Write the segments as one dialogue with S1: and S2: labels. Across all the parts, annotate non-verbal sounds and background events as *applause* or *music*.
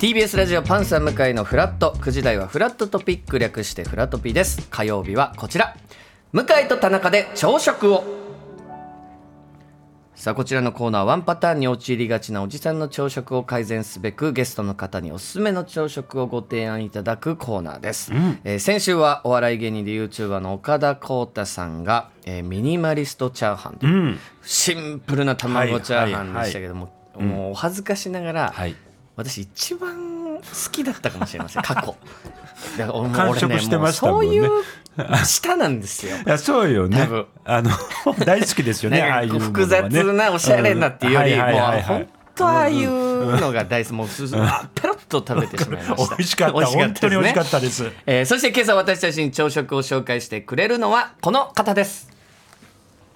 S1: TBS ラジオパンサー向井のフラット9時台はフラットトピック略してフラトピです火曜日はこちら向井と田中で朝食をさあこちらのコーナーワンパターンに陥りがちなおじさんの朝食を改善すべくゲストの方におすすめの朝食をご提案いただくコーナーです、えー先週はお笑い芸人で YouTuber の岡田康太さんが、えーミニマリストチャーハンという、シンプルな卵チャーハンでしたけども、もうお恥ずかしながら、
S2: はい
S1: 私一番好きだったかもしれま
S2: *laughs*
S1: せん過去だから俺もう
S2: 完食
S1: 俺ね
S2: してましたもんね
S1: うそういう舌なんですよ
S2: いやそうよ *laughs*
S1: 多
S2: ね
S1: 分。
S2: あの *laughs* 大好きですよね。ああ
S1: ないん
S2: う
S1: か
S2: も
S1: こう
S2: のはね
S1: 複雑なおしゃれなっていうより
S2: ん
S1: も
S2: はいうはいはいはい
S1: 本当ああいうのが大好きもうすすあペロッと食べてしまいました
S2: 美味しかった。本
S1: 美味しか
S2: 当に美味しかった
S1: ですね
S2: です。
S1: えーそして今朝私たちに朝食を紹介してくれるのはこの方です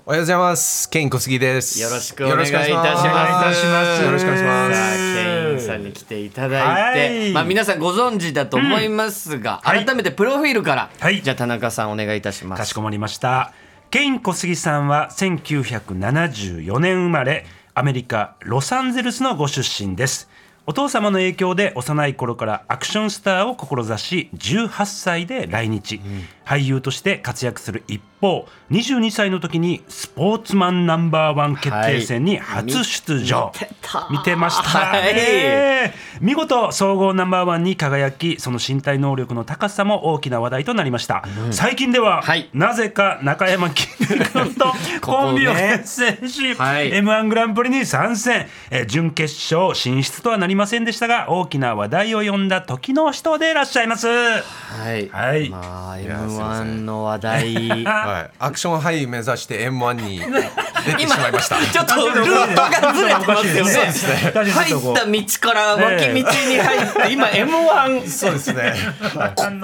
S3: おはようございます。ケイン小杉です。
S1: よろしくお願いいたします
S3: よろくお願いしますよろしくお願いし
S1: さ
S3: ます。
S1: あケインさんに来ていただいて、
S2: はい
S1: まあ、皆さんご存知だと思いますが、
S2: うんはい
S1: 改めてプロフィールから、
S2: はい
S1: じゃあ田中さんお願いいたします
S2: かしこまりました。ケイン小杉さんは1974年生まれ、アメリカロサンゼルスのご出身です。お父様の影響で幼い頃からアクションスターを志し18歳で来日、俳優として活躍する一方22歳の時にスポーツマンナンバーワン決定戦に初出場、
S1: 見てた
S2: 見てました、
S1: はい
S2: ね見事総合ナンバーワンに輝きその身体能力の高さも大きな話題となりました、最近では、
S1: はい
S2: なぜか中山きんに君とコンビを結成し、
S1: はい
S2: m 1グランプリに参戦、えー準決勝進出とはなりませんでしたが大きな話題を呼んだ時の人でいらっしゃいます
S1: はい、
S2: はい
S1: まあ
S3: やすい
S1: m
S3: ませ
S1: 1
S3: ん
S1: の話題
S3: *laughs* はい、アクション俳優目指して M1 に出てしまいました。
S1: ちょっとルートがずれてますよね
S2: そうですね
S1: 入った道から脇道に入って、今 m 1
S3: そうですね。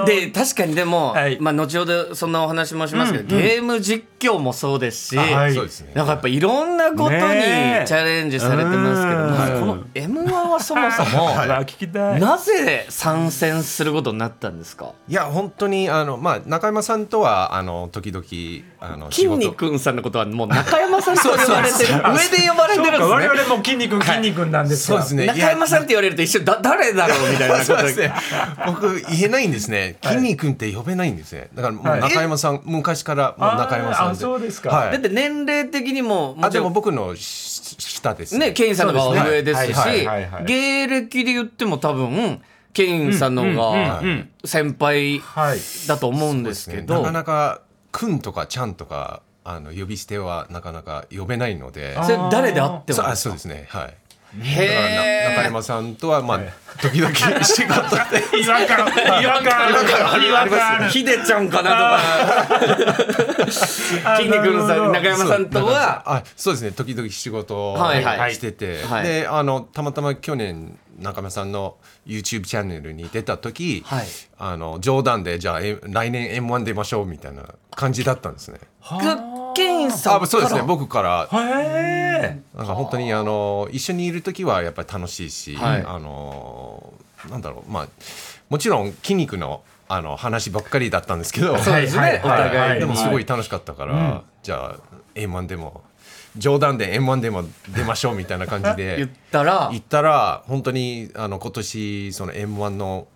S1: で確かにでも、
S2: はい
S1: まあ、後ほどそんなお話もしますけど、ゲーム実況もそうですし、
S2: はい
S3: そうですね。
S1: なんかやっぱいろんなことにチ
S2: ねえ
S1: ャレンジされてますけども、
S2: うん
S1: この m 1はそもそも、
S2: うわ聞きたい
S1: なぜ参戦することになったんですか
S3: いや本当にあのまあ中山さんとはあの時々あの仕
S1: 筋
S3: 事
S1: 肉さんのことはもう中山さんと呼ばれてる上で呼ばれてるん
S2: そうか
S1: です
S2: 我
S1: ね
S2: 々も筋肉筋肉なんです
S3: そう
S2: が
S3: ですね。
S1: 中山さんって言われると一緒だ誰だろうみたいなこ
S3: そう
S1: と
S3: ですね。僕言えないんですね。筋肉って呼べないんですね。だからもう
S2: はい
S3: 中山さん、昔からもう中山さん
S2: あーあ
S3: で。
S2: そうですか
S3: は
S1: だっ
S3: い。
S1: て年齢的にも
S3: あ
S1: もち
S3: で
S1: ろ
S3: も
S1: ん
S3: 僕のし下です
S1: ねケインさんの方が上ですし
S3: そうです
S2: ねはいはいはいはい
S1: 芸歴で言っても多分ケインさんの方が
S3: うんうんう
S1: 先輩
S2: はい
S1: だと思うんですけ
S3: な
S1: ど
S3: かなか「くん」とか「ちゃん」とかあの呼び捨てはなかなか呼べないので
S1: それ誰であって
S3: そう
S1: も
S3: あそうですねはいだからな中
S1: へ
S3: 山さんとはまあ時々仕事で
S2: 違和感違和感違和感あ
S1: え
S2: る
S1: ヒデちゃんかなとか筋肉のさん中山さんとは
S3: あそうですね時々仕事を
S1: はいはい
S3: してて、
S1: はい
S3: であのたまたま去年中山さんの YouTube チャンネルに出た時、
S1: はい
S3: あの冗談でじゃあえ来年 m 1出ましょうみたいな感じだったんですね
S1: ケインさん
S3: あそうですね僕から
S2: へえ
S3: なんか本当にあの一緒にいる時はやっぱり楽しいし、
S1: はい
S3: あのなんだろうまあもちろん筋肉のあの話ばっかりだったんですけ
S1: *laughs*
S3: ど、
S1: そうですね
S2: はいはいはい
S1: お互いに
S3: でもすごい楽しかったから、じゃあ M1 でも冗談で M1 でも出ましょうみたいな感じ
S1: *laughs* 言っ
S3: で
S1: たら
S3: 行ったら本当にあの今年その M1 の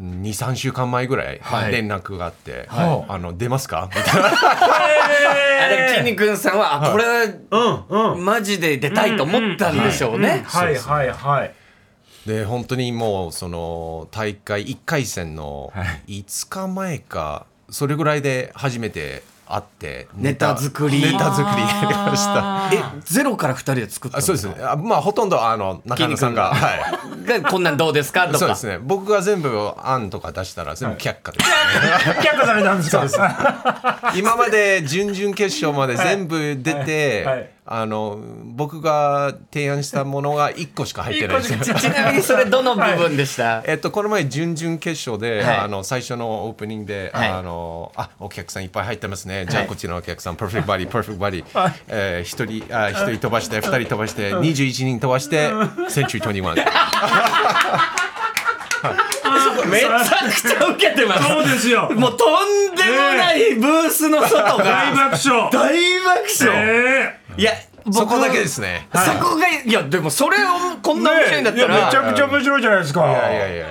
S3: 23週間前ぐらい
S1: はい
S3: 連絡があって「
S2: はい
S3: あの出ますか?」みたいな
S1: あれ筋肉さんはあこれは
S2: うんうん
S1: マジで出たいと思ったんでしょうね。
S2: はいはいはい
S3: で本当にもうその大会1回戦の5日前かそれぐらいで初めて会って
S1: ネタ作り
S3: ネタ作りやりました
S1: えゼロから二人で作った
S3: あ
S1: の
S3: そうですねあまあほとんどあの中野さんがは
S1: がこんなんどうですか
S3: い
S1: と
S3: そうで
S1: か。
S3: すね僕が全部案とか出したら全部却下です、
S2: 却下されたんですか
S3: 今まで準々決勝まで全部出て、
S2: はいはい
S3: あの僕が提案したものが1個しか入ってないです
S2: 一個しか
S1: ちなみにそれどの部分で
S3: *laughs*
S1: した。
S3: えっと、この前準々決勝で、
S1: はい
S3: あの最初のオープニングで、
S1: はい
S3: あのあお客さんいっぱい入ってますね、じゃあこっちのお客さんパーフェクトバディパーフェクトバデ
S1: *laughs*
S3: ィ、えー、1人あ一人飛ばして2人飛ばして21人飛ばしてセンチュリー21
S1: めちゃくちゃ受けてます。
S2: そうですよ
S1: もうとんでもないブースの外
S3: *laughs*
S2: 大
S1: が
S2: 爆笑
S1: 大爆笑。
S2: え
S1: いや僕
S3: そこだけですね
S1: そこがいやでもそれをこんな面白いんだった
S2: ねえいやめちゃ
S1: ら
S2: くちゃ面白いじゃないですか。
S3: いやいやいやいや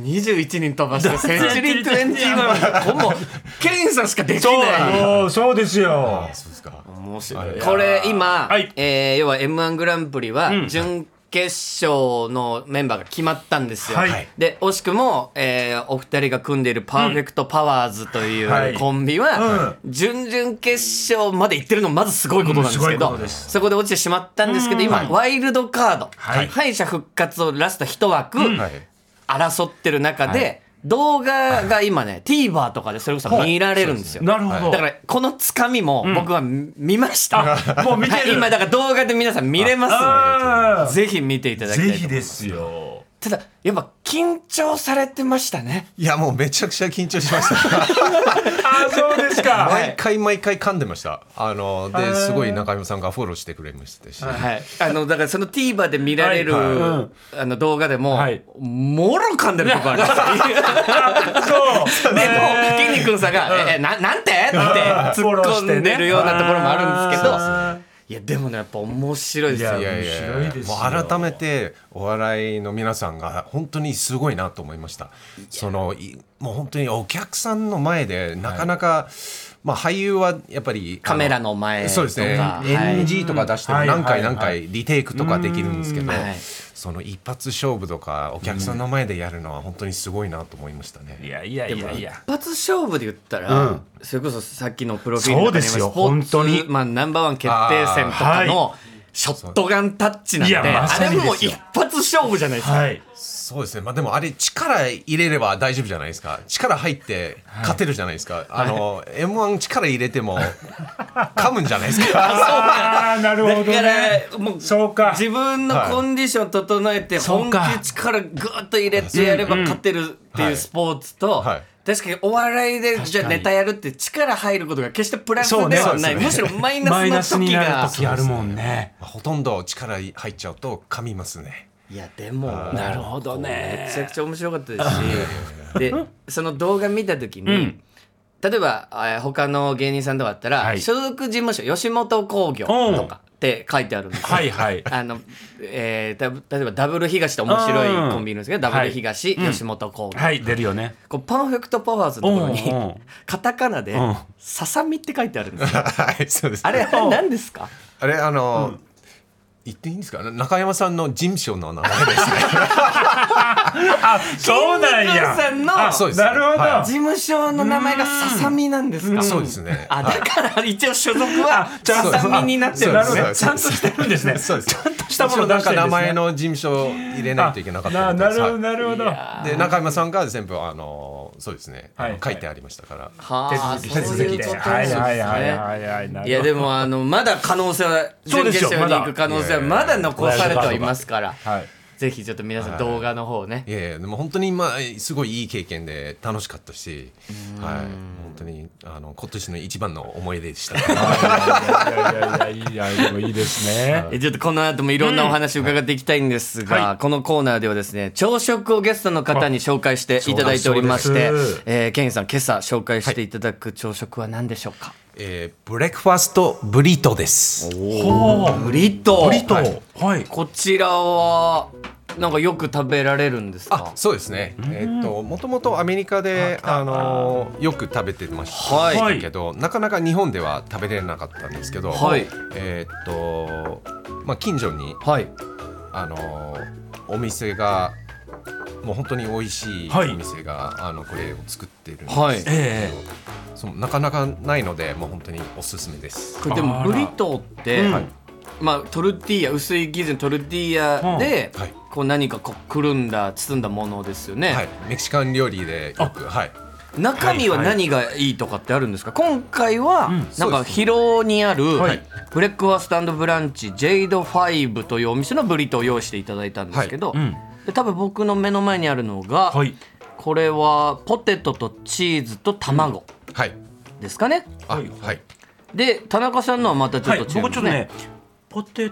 S1: 21人飛ばしてセンチュリー21こもケンさんしかできない
S2: そうそうですよ。
S3: そうですか
S1: 面
S3: あ
S1: 白い
S3: れ
S1: これ今
S2: はい
S1: えー要は m 1グランプリは準決勝のメンバーが決まったんですよ
S2: はい
S1: で惜しくもえーお二人が組んでいるパーフェクトパワーズと
S2: はいいう
S1: コンビは準々決勝まで行ってるのまずすごいことなんですけ
S2: うんすごいこ
S1: ど
S2: とです
S1: そこで落ちてしまったんですけど今ワイルドカード
S2: はい
S1: 敗者復活をラスト一枠
S3: はい
S1: 争ってる中で、動画が今ね TVer とかでそれこそ見られるんですよ、
S2: なるほど。
S1: だからこのつかみも僕は見ました、
S2: あもう見てる
S1: はい今だから動画で皆さん見れます
S2: あ
S1: のでぜひ見ていた
S2: ー
S1: だきたい
S2: ぜ
S1: と
S2: ひですよ。
S1: ただやっぱ緊張されてましたね
S3: いやもうめちゃくちゃ緊張しました
S2: あそうですか。
S3: 毎回毎回噛んでました。あのですごい中山さんがフォローしてくれましたし、
S1: はい、あのだからその TVer で見られる、
S2: はいはいうん
S1: あの動画でも、
S2: はい
S1: もろ噛んでるとこある
S2: *laughs* そう。
S1: で
S2: ね
S1: もう筋肉さんが「ええななんて?」って突っ込んでるようなところもあるんですけど、いやでもねやっぱ面白いですよ
S2: い
S3: いやい
S2: 面白い
S3: や
S2: ですよ
S3: もう改めてお笑いの皆さんが本当にすごいなと思いました。そのいもう本当にお客さんの前でなかなか、まあ俳優はやっぱり
S1: カメラの前とか
S3: そうですね
S1: はい
S3: NG とか出しても
S2: はい
S3: 何回
S2: はい
S3: 何回リテイクとかできるんですけど
S1: はい
S3: その一発勝負とかお客さんの前でやるのは本当にすごいなと思いました
S2: い
S3: ね。
S2: やいやいやいや。
S1: 一発勝負で言ったら、
S2: うん
S1: それこそさっきのプロフィールの中にあ
S2: そうで
S1: りま
S2: すよ
S1: スポーツ
S2: 本当に
S1: まあ、ナンバーワン決定戦とか
S2: あー
S1: のショットガンタッチなん
S2: い
S1: で
S2: やま
S1: あ
S2: さに
S1: れ
S2: ですよ
S1: もう一発勝負じゃないですか、
S2: はい。
S3: そうですね。まあでもあれ力入れれば大丈夫じゃないですか。力入って勝てるじゃないですか。あの M1 力入れても噛むんじゃないですか。
S2: *laughs* ああなるほど
S1: だから
S2: ね。
S1: もう
S2: そうか
S1: 自分のコンディション整えて
S2: そう
S1: 本
S2: か
S1: 気力ぐーっと入れてやれば勝てるっていうスポーツと、
S3: はいはい
S1: 確かにお笑いでじゃあネタやるって力入ることが決してプラスではない、
S2: そう
S3: ねそうですね
S1: むしろマ
S2: *laughs*
S1: イ
S2: マイナ
S1: ナ
S2: ス
S1: スの
S2: に
S1: 時
S2: な
S1: が
S2: る時あるもんね。
S3: ほとんど力入っちゃうと噛みますね。
S1: いやでも
S2: なるほどね
S1: めちゃくちゃ面白かったですしでその動画見た時に、例えばえー他の芸人さんとかだったら、
S2: はい
S1: 所属事務所吉本興業とかって書いてあるんですよ。
S2: はいはい。
S1: あのえーた例えばダブル東って面白いコンビいるんですけど、
S2: うん
S1: ダブル東、吉本興業、
S2: はい出るよね。
S1: こうパーフェクトパワーズのところに、
S2: うんうん
S1: カタカナで
S2: うん
S1: 「ささみ」って書いてあるんですよ
S3: はい、そうです。
S1: あれあれ何ですか
S3: あれあの、言っていいんですか。中山さんの事務所の名前ですね。
S2: あそうなんや。
S1: キングカンさんの
S2: あ
S3: そうです
S2: なるほど。
S1: 事務所の名前がささみなんですか
S3: そうですね。
S1: あだから一応所属は
S2: ちゃんと
S1: ささみになってるん
S3: そ
S1: で
S3: う
S2: な
S1: す
S2: る
S1: ね
S2: ほ
S3: そ
S2: ど。
S3: うです
S2: ちゃんとしてるんですね。
S3: そうです。ちゃんと
S2: したものを出
S3: なん
S2: して
S3: か
S2: るんですね
S3: 名前の事務所を入れないといけなかった
S2: あ
S3: み
S2: な
S3: たいです
S2: るほど
S3: は
S2: なるほど。
S3: いで中山さんが全部あのそうですね、あの
S2: はい
S3: 書いてありましたから。
S1: はあ
S2: 手
S1: そ
S2: 続
S1: う
S2: き
S1: いう
S2: で
S1: ことなん
S2: は
S1: で
S2: い
S1: す
S2: はいはい
S1: ね
S2: はいはいなるほど
S1: いやでもあのまだ可能性は
S2: そう
S1: 準
S2: です
S1: 決
S2: よ
S1: 勝に行く可能性はま
S3: ま
S1: だ
S3: だ
S1: 残されてはいますから
S2: はい
S1: ぜひちょっと皆さん動画の方をね
S3: いやいやでも本当にまあすごいいい経験で楽しかったし、はい、本当にあの今年の一番の思い出でした。
S2: いやいやいやいやでもいいですね。
S1: えちょっとこの後もいろんなお話を伺っていきたいんですが、
S2: うんは
S1: このコーナーではですね朝食をゲストの方に紹介していただいておりまし
S2: あ
S1: て
S2: そうです、
S1: えー、ケンさん今朝紹介していただく朝食は何でしょうか、
S3: えー、ブレックファーストブリトです。
S2: ほう。
S1: ブリトー
S2: ブリトー。はい。
S1: こちらはなんかよく食べられるんです
S3: あ
S1: か
S3: そうですね、えー、ともともとアメリカであのーよく食べてました,、
S1: はい
S3: けどなかなか日本では食べれなかったんですけど、
S1: はい
S3: えっ、と、まあ、近所に、
S1: はい
S3: あのーお店がもう本当に美味しい
S2: はい
S3: お店が、あのこれを作ってるんです、
S1: はい
S2: え
S3: そのなかなかないのでもう本当におすすめです。
S1: これでも
S2: あら
S1: ブリトーって、
S2: うん
S1: まあ、トルティーヤ薄い生地のトルティーヤで、
S3: うんはい
S1: こう何かこうくるんだ包んだものですよね、
S3: はい、メキシカン料理でよく、はい、
S1: 中身は何がいいとかってあるんですか、今回はなんか広尾にある
S2: はい
S1: ブレックファーストブランチジェイドファイブというお店のブリトーを用意していただいたんですけど、
S2: えうん。
S1: で多分僕の目の前にあるのが、
S2: はい。
S1: これはポテトとチーズと卵
S3: はい、
S1: ですかね、
S3: あ
S2: はい
S3: はい、
S1: で田中さんのはまたちょ
S2: は
S1: っ
S2: い。
S1: と
S2: 僕
S1: 違
S2: ち
S1: う
S2: ょっと
S1: んですね,、
S2: ねポテ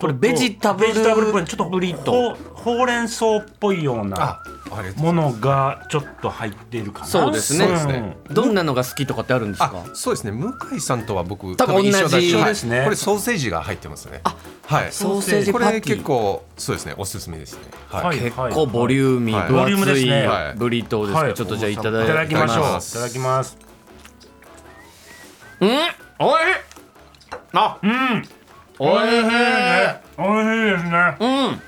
S1: これベジタブル
S2: ベジタブルっぽいちょっと
S1: ブリッド
S2: ほほうれん草っぽいような
S3: ああれ
S2: ものがちょっと入っているかな
S1: そうですね
S3: そうですね
S1: どんなのが好きとかってあるんですか
S3: あそうですね向井さんとは僕
S1: 多分同じ
S3: だし
S1: 一緒
S2: ですね
S3: はいこれソーセージが入ってますねはい
S1: ソーセージ
S3: こ
S1: パティ
S3: れ結構そうですねおすすめですねはい、
S2: はい
S1: 結構ボリューミー、
S3: はい
S2: ボリューム
S1: 分
S2: で
S1: 厚
S2: す
S1: い
S2: ね
S3: はい
S1: ブリトーですか、
S2: はい
S1: ちょっとじゃあいただ
S2: いただきましょうい
S3: いただき
S2: た
S3: ます
S2: だきます
S1: ううんおいしいあ
S2: うん
S1: おいしい
S2: 美味しいですね
S1: うん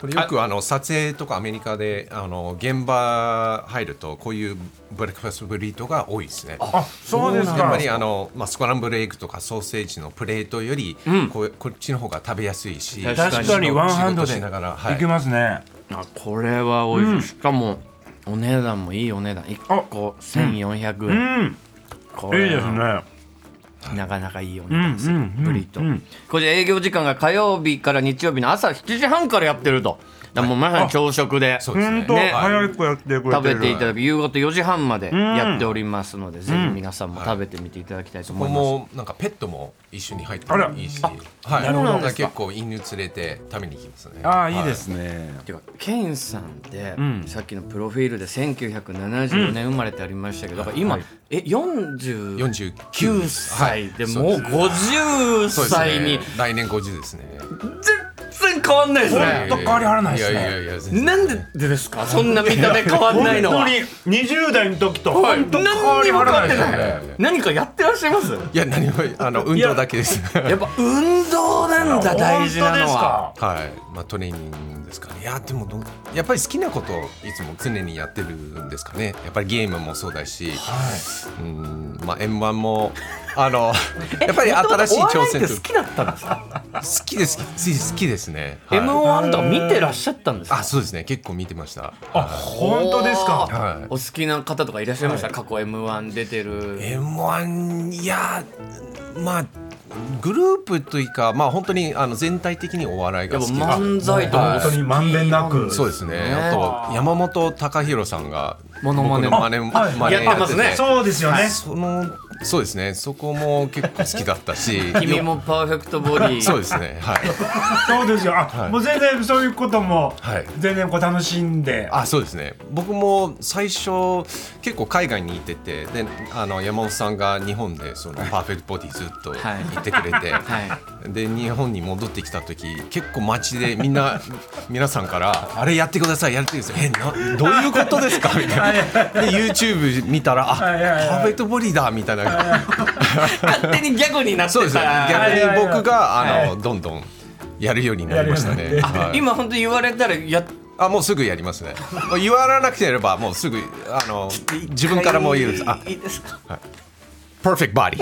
S3: これよくあの撮影とかアメリカであの現場入るとこういうブレックファストブリートが多いですね。
S2: あそうです
S3: やっぱ
S2: か
S3: りあの、まあ、スクランブルエッグとかソーセージのプレートより、こうこっちの方が食べやすいし
S1: 確
S2: 確かにワンハンドで
S3: 仕事しながら、はい
S2: いけますね
S1: あこれは美味しい、しかもお値段もいいお値段1個1400
S2: う
S1: 円、
S2: ん
S1: こ
S2: いい
S1: れ
S2: ですね
S1: なかなかいいお値段ですよ、
S2: うんうんうん
S1: ブリトー、
S2: うん
S1: これ営業時間が火曜日から日曜日の朝7時半からやってるとだからもうまさに朝食で
S3: そうです
S2: ほ
S3: ね
S2: んと
S1: ね
S2: 早くやってくれ
S1: 食
S2: て
S1: べ
S2: る
S1: ていただく夕方4時半までやっておりますので、ぜひ皆さんも食べてみていただきたいと思
S3: ここ
S1: います、
S3: もなんかペットも一緒に入って
S2: あら
S3: もいいし、はい、
S2: なるほど
S3: なんか結構犬連れて食べに行きますね。
S2: ああいいですね
S1: てかケインさんって、
S2: ん
S1: さっきのプロフィールで1974年生まれてありましたけど、だから今、
S2: はい
S1: え40
S3: 49
S1: 9
S3: です
S1: 歳でもう
S3: はいそうです
S1: 50
S3: そうですね
S1: 歳に
S3: 来年50ですね。
S1: 全然変わんないです
S2: ほんと
S1: ね。
S2: 変わりはらないですね
S3: いやいやいや全然
S1: なんでですかそんな見た目変わんないのは。
S2: 本当に20代の時と
S1: はい
S2: 本当変わりはらないですよ
S1: 何にも変わってない
S2: ね
S1: 何かやってらっしゃいます
S3: いや何もあの運動だけです。
S1: やっぱ運動なんだ大事なのは。
S2: 本
S3: はい、まあトレーニングですかね。いやでもどうやっぱり好きなことをいつも常にやってるんですかね。やっぱりゲームもそうだし、うん、まあ M1 も *laughs*
S1: *laughs*
S3: あのやっぱり新しい挑戦
S1: お笑いって好きだったんですか
S3: 好きです好き好きですね。はい
S1: M1 とか見てらっしゃったんですか
S3: あそうですね結構見てました。
S2: 本当ですか
S3: はい
S1: お好きな方とかいらっしゃいました過去 M1 出てる
S3: M1 いやまあグループというかまあ本当にあの全体的にお笑い
S1: や
S3: が
S1: っ
S3: 好
S1: ぱ
S3: きです
S1: 漫才とかも
S2: 本当にまんべんなく
S3: そうですね。あと山本貴弘さんが
S1: モノマネ
S3: 僕の真似
S2: あはい
S3: 真似
S1: やってますね
S2: そうですよね
S3: そのそうですね。そこも結構好きだったし、
S1: 君もパーフェクトボデ
S2: *laughs*
S1: ィ
S3: そうですね。はい
S2: そうですよあ
S3: い
S2: もう全然そういうことも
S3: はい
S2: 全然こう楽しんで
S3: あそうですね僕も最初結構海外にいててであの山本さんが日本でそのパーフェクトボディずっと
S1: はい
S3: 行ってくれて、
S1: は
S3: で日本に戻ってきた時結構街でみんな皆さんから「あれやってくださいやってください」えなどういうことですか?」みたいなで YouTube 見たら「あパ
S2: はいはいはい
S3: ーフェクトボディだ」みたいな
S1: 勝手にギャグになっ
S3: そう
S1: て
S3: ですね
S1: た
S3: 逆
S2: はいはいはい
S3: に僕
S2: は
S3: があ
S2: い
S3: のどんどんやるようになりました
S2: やる
S3: ね。
S2: よう
S3: はい
S1: 今本当に言われたらやっ
S3: あもうすぐやりますね。 *laughs* もう言わなくてればもうすぐあの自分からもう言うんです。あ、
S1: いいですか
S3: perfect body。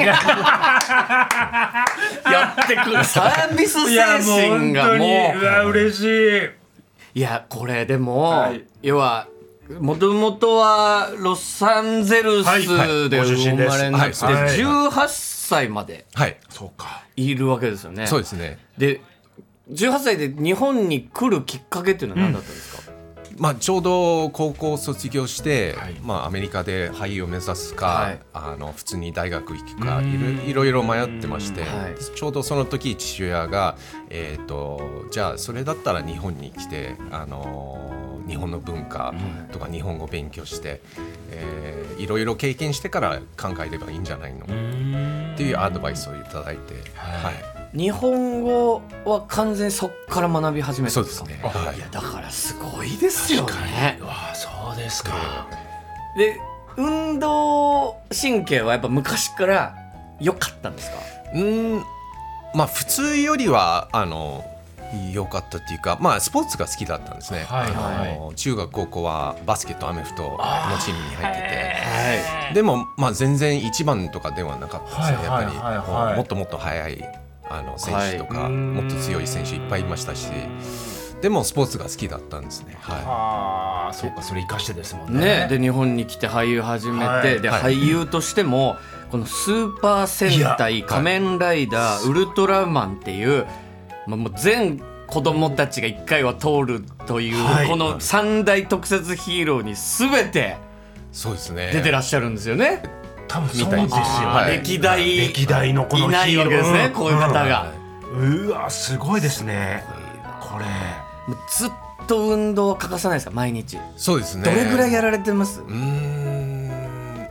S1: やってくるサービス
S2: いやもう
S1: 精神
S2: 本
S1: が
S2: 当
S1: も
S2: に
S1: う
S2: うわ嬉しい
S1: いやこれでも、
S2: はい
S1: 要はもともとはロサンゼル
S2: はい
S1: スで
S2: ご出
S1: 生
S2: 身です
S1: まれになって
S2: はいはい
S1: 18歳まで
S3: はい。
S2: そうか
S1: いるわけですよね。
S3: そうですね。
S1: で18歳で日本に来るきっかけっていうのは何だったんですか、
S3: まあちょうど高校を卒業して、
S2: はい
S3: まあアメリカで俳優を目指すか、
S1: はい
S3: あの普通に大学行くかいろいろいろ迷ってまして、
S1: はい
S3: ちょうどその時父親がえっ、とじゃあそれだったら日本に来てあのー日本の文化とか日本語を勉強して、えーいろいろ経験してから考えればいいんじゃないのっていうアドバイスをいただいて、はい、
S1: 日本語は完全にそっから学び始めたんですか
S3: そうですね
S1: あ
S3: はい
S1: いやだからすごいですよね。
S2: あそうですか
S1: で運動神経はやっぱ昔から良かったんですか
S3: うーんまあ普通よりはあの良かったっていうかまあスポーツが好きだったんですね、
S2: はいはい
S3: あの中学高校はバスケットアメフトのチームに入ってて
S1: はい
S3: でもまあ全然一番とかではなかったですね
S2: はい
S3: やっぱり、
S2: はいはいはい
S3: もっともっと速いあの選手とか、
S2: はい
S3: もっと強い選手いっぱいいましたしでもスポーツが好きだったんですね、は
S2: ああそうかそれ生かしてですもん
S1: ね、で日本に来て俳優始めて、
S2: はい
S1: で、
S3: はい
S1: 俳優としてもこの「スーパー戦隊仮面ライダー、ウルトラマン」っていう,、まあ、もう全子供たちが一回は通るという、
S2: はい
S1: この三大特撮ヒーローに全て
S3: い、そうですね
S1: 出てらっしゃるんですよね、
S2: 多分そう
S3: み
S2: ですよ
S3: たいで
S2: ね
S3: すはい
S1: 歴代
S2: 歴代のこの
S1: いないわけですね、こういう方が、
S3: は
S2: うわすごいですねこれ
S1: もうずっと運動を欠かさないですか毎日
S3: そうですね
S1: どれぐらいやられてます、
S3: うーん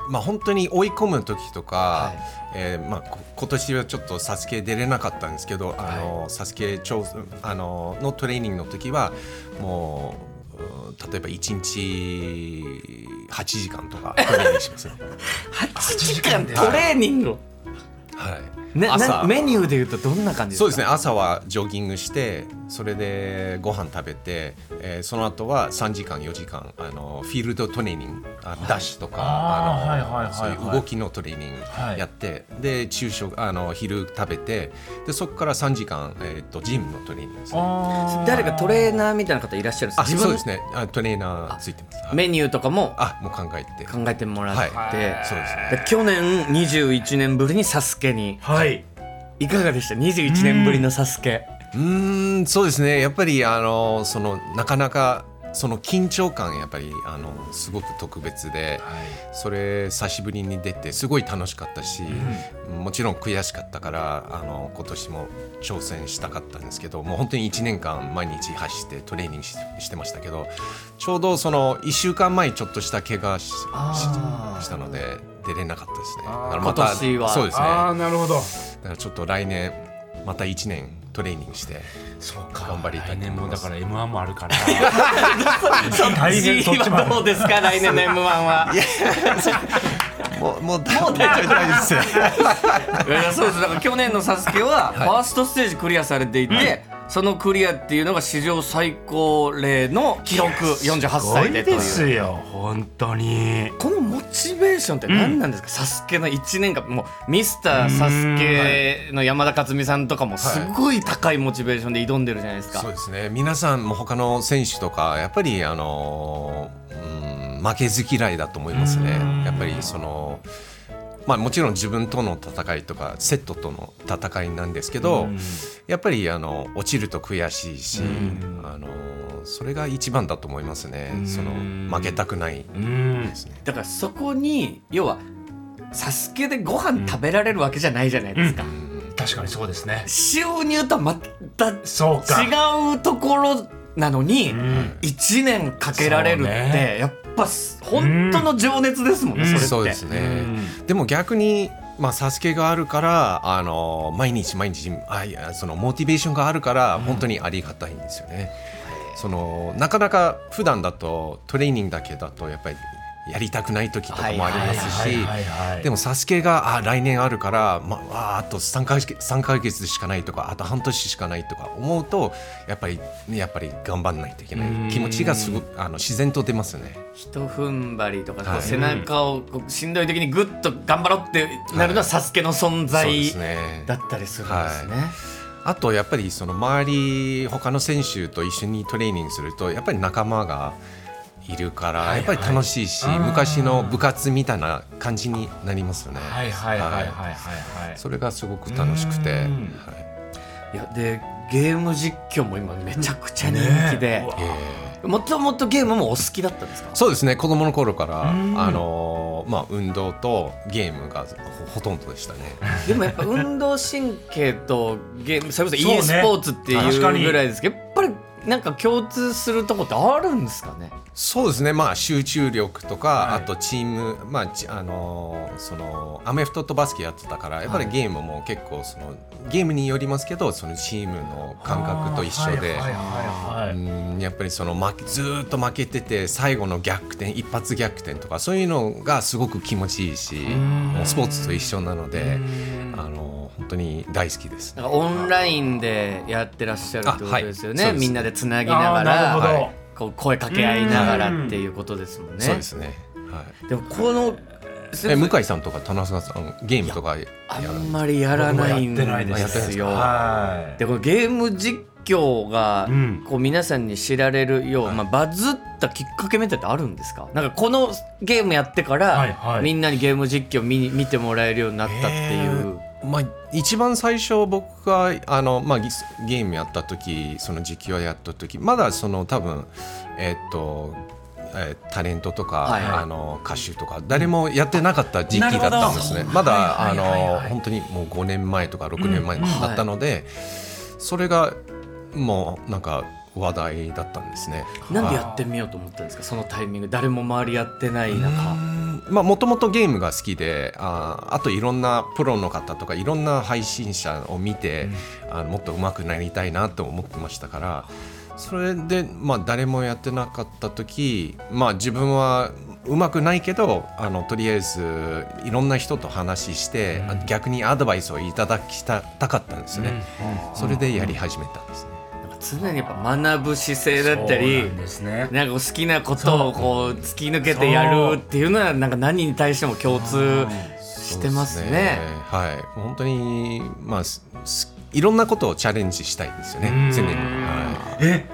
S3: まあ本当に追い込む時とか、
S1: はい
S3: えーまあ、こ今年はちょっと「サスケ出れなかったんですけど「あのサスケ調あののトレーニングの時はもううん例えば1日8時間とかトレーニング
S1: *laughs*
S3: しますね、
S1: 8時間トレーニングを、
S3: はい
S1: ね、
S3: 朝
S1: なメニューでいうとどんな感じですか
S3: そうですね朝はジョギングしてそれでご飯食べて、えーその後は3時間4時間あのフィールドトレーニングあダッシュとか
S2: あー
S3: あの
S2: はいはいはいはい
S3: そういう動きのトレーニン
S2: はい
S3: グやって、で昼食あの昼食べてでそこから3時間、えー、とジムのトレーニングですね
S1: 誰かトレー
S2: ー
S1: ナーみたいな方いらっしゃるんですか
S3: あそうで
S1: の
S3: すねあトレーナーついてますはい
S1: メニューとかも
S3: あもう考えて
S1: 考えてもらって、
S3: はいそうですね
S1: で去年21年ぶりに「サスケに
S2: はい
S1: いかがでした21年ぶりの「サス
S3: *laughs*
S1: ケ
S3: うーんそうですねやっぱりあのそのなかなかその緊張感やっぱりあのすごく特別で、それ久しぶりに出てすごい楽しかったし、もちろん悔しかったからあの今年も挑戦したかったんですけどもう本当に1年間毎日走ってトレーニングししてましたけどちょうどその1週間前にちょっとした怪我しし
S1: あー
S3: したので出れなかったですね。だ
S2: あー
S3: から
S1: 今年は
S3: そうですね
S2: ああなるほど
S3: だからちょっと来年また1年トレーニングして。
S2: そうか
S3: 頑張りた
S2: 来
S3: いと思います
S2: 年もだから M1 もあるから大変そっちもあ
S1: は
S2: る
S1: どうですか来年の m 1は
S3: もうもう大丈夫大丈夫です。
S1: いやいやそうですだから去年の「サスケはファーストステージクリアされていて、そのクリアっていうのが史上最高齢の記録48歳でという
S2: すごいですよ本当に
S1: このモチベーションって何なんですか、サスケの1年間もうミスターサスケの山田勝美さんとかもすごい高いモチベーションで挑んでるじゃないですか、
S3: そうですね。皆さんも他の選手とかやっぱりあのーうん負けず嫌いだと思いますね。やっぱりそのまあもちろん自分との戦いとかセットとの戦いなんですけど、やっぱりあの落ちると悔しいし、あのーそれが一番だと思いますね。その負けたくない
S2: うん
S3: ですね。
S1: だからそこに要はサスケでご飯食べられるわけじゃないじゃないですか、
S2: 確かにそうですね
S1: 収入とはまた
S2: そうか
S1: 違うところなのに、
S2: ん
S1: 1年かけられるって、
S2: そうね
S1: やっぱ本当の情熱ですもんね、
S2: うん
S1: そ
S3: そう
S1: れ
S3: で
S1: って
S3: す。ね、でも逆にまあサスケがあるからあの毎日毎日あいやそのモチベーションがあるから本当にありがたいんですよね、そのなかなか普段だとトレーニングだけだとやっぱりやりたくない時とかもありますしで
S2: も
S3: も「サスケがあ来年あるから、まあ、あと3か月3ヶ月しかないとかあと半年しかないとか思うとやっぱりやっぱり頑張らないといけない気持ちがすごくあの自然と出ますね。
S1: ひと踏ん張りとか、こう
S3: はい
S1: 背中をこうしんどい時にぐっと頑張ろうってなるのはサスケの存
S3: そう
S1: 在
S3: ですね
S1: だったりするんですね。
S3: あとやっぱりその周り他の選手と一緒にトレーニングするとやっぱり仲間がいるからやっぱり楽しいし、
S2: あー
S3: 昔の部活みたいな感じになりますよね。
S2: はいはいはいはいはいはい
S3: それがすごく楽しくて、はい
S2: うん
S1: いやでゲーム実況も今めちゃくちゃ人気で
S2: ね、
S3: え
S1: もともとゲームもお好きだったんですか
S3: ーそうですね子供の頃から、
S2: うん
S3: あのーまあ、運動とゲームがほほとんどでしたね。
S1: でもやっぱ運動神経とゲームそれこそ
S2: そう
S1: e
S2: ね
S1: スポーツって
S2: 確か
S1: いう
S2: に
S1: ぐらいですけど、やっぱりなんか共通するとこってあるんですかね
S3: そうですね、まあ、集中力とか、
S2: はい
S3: あとチーム、まあちあのーそのアメフトとバスケやってたからやっぱり
S1: はい
S3: ゲームも結構そのゲームによりますけどそのチームの感覚と一緒で。
S2: はいはいはいは
S3: う
S2: い
S3: んやっぱりその負けずーっと負けてて最後の逆転一発逆転とかそういうのがすごく気持ちいいしもうスポーツと一緒なのであのー本当に大好きです。
S1: なんかオンラインでやってらっしゃるってことですよね、
S3: あはいそうです
S1: みんなでつなぎなが
S2: あーなるほど
S1: らこう声かけ合いながらっていうことですもんね
S3: そうですね、はい
S1: でもこの
S3: え向井さんとか田中さんゲームとかや
S1: あ
S3: る
S1: んまりやらないん
S2: 僕もやってない
S1: で
S2: です
S1: すよ
S2: はい
S1: でこのゲーム実況が
S2: うん
S1: こう皆さんに知られるよう、まあ、バズったきっかけみたいなのってあるんですかなんかこのゲームやってから、
S2: はいはい
S1: みんなにゲーム実況見に見てもらえるようになったっていう、
S3: まあ、一番最初僕があの、まあ、ギゲームやった時その実況やった時まだその多分えっとえータレントとか、
S1: はいはい
S3: あの歌手とか誰もやってなかった時期だったんです
S2: な
S3: ね
S2: るほど
S3: まだ、
S2: はいはいはいはい
S3: あの本当にもう5年前とか6年前だったので、それがもうなんか話題だったんですね。
S1: なんで
S3: はい
S1: やってみようと思ったんですかそのタイミング誰も周りやってないう中
S3: ーんまあもともとゲームが好きであーあといろんなプロの方とかいろんな配信者を見て、あのもっと上手くなりたいなと思ってましたからそれで、まあ、誰もやってなかった時、まあ、自分は上手くないけどあのとりあえずいろんな人と話して、逆にアドバイスをいただきたたかったんですよね、それでやり始めたんですね。
S1: なんか常にやっぱ学ぶ姿勢だった
S2: そうな
S1: り
S2: んですね
S1: なんか好きなことをこう突き抜けてやるっていうのはなんか何に対しても共通してます
S3: そうです
S1: ね。
S3: はい、本当に、まあ、すすいろんなことをチャレンジしたいんですよね
S2: うん、
S3: 常に。はい
S2: え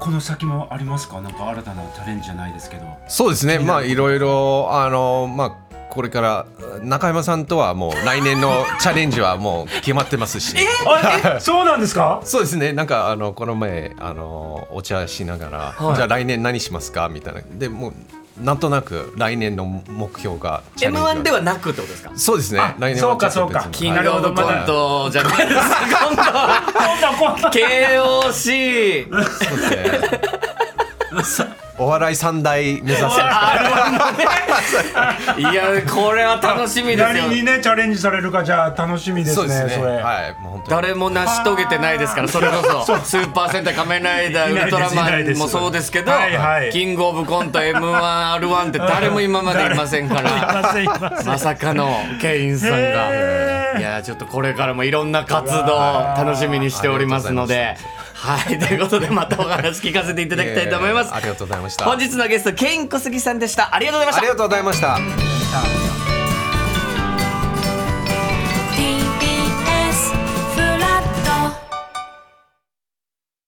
S2: この先もありますかなんか新たなチャレンジじゃないですけど
S3: そうですね、まあ、いろいろ、あの、まあ、これから、中山さんとはもう来年のチャレンジはもう決まってますし。
S2: あえ *laughs* そうなんですか
S3: そうですね、なんか、あの、この前、あの、お茶しながら、
S1: はい
S3: じゃあ、来年何しますかみたいな、でもう、なんとなく、来年の目標が。チャレ
S1: M1
S3: ンジ
S1: ではなくってことですか
S3: そうですね
S2: あ、
S3: 来年はちょっと別に。
S2: そうかそうか
S3: はい
S2: 気になるほど
S1: キングオブコントじゃないですか今度
S2: 今度今度
S1: KOC
S3: そうですね *laughs* お笑い三大目指す。
S1: いやこれは楽しみですよ
S2: 何にねチャレンジされるかじゃあ楽しみですね
S3: *laughs* そうですね。
S2: れ、
S3: はい、もう本当に。
S1: 誰も成し遂げてないですからそれこ
S2: *laughs*
S1: そスーパー戦隊仮面ライダー
S2: い
S1: ウ
S2: ないです
S1: ルトラ
S2: い
S1: マ
S2: ないで
S1: ン
S2: す
S1: もそうですけど
S2: はいはい
S1: キングオブコント m 1 r 1って誰も今までいませ
S2: *laughs*
S1: んから
S2: ませんいません
S1: *laughs* まさかのケインさん
S2: へ
S1: が
S2: ー
S1: いやちょっとこれからもいろんな活動楽しみにしておりますのではいという *laughs* ことでまたお話聞かせていただきたいと思います
S3: えーありがとうございました。
S1: 本日のゲストケイン小杉さんでしたありがとうございまし
S3: あ
S1: た
S3: りがとうございました。
S2: さあ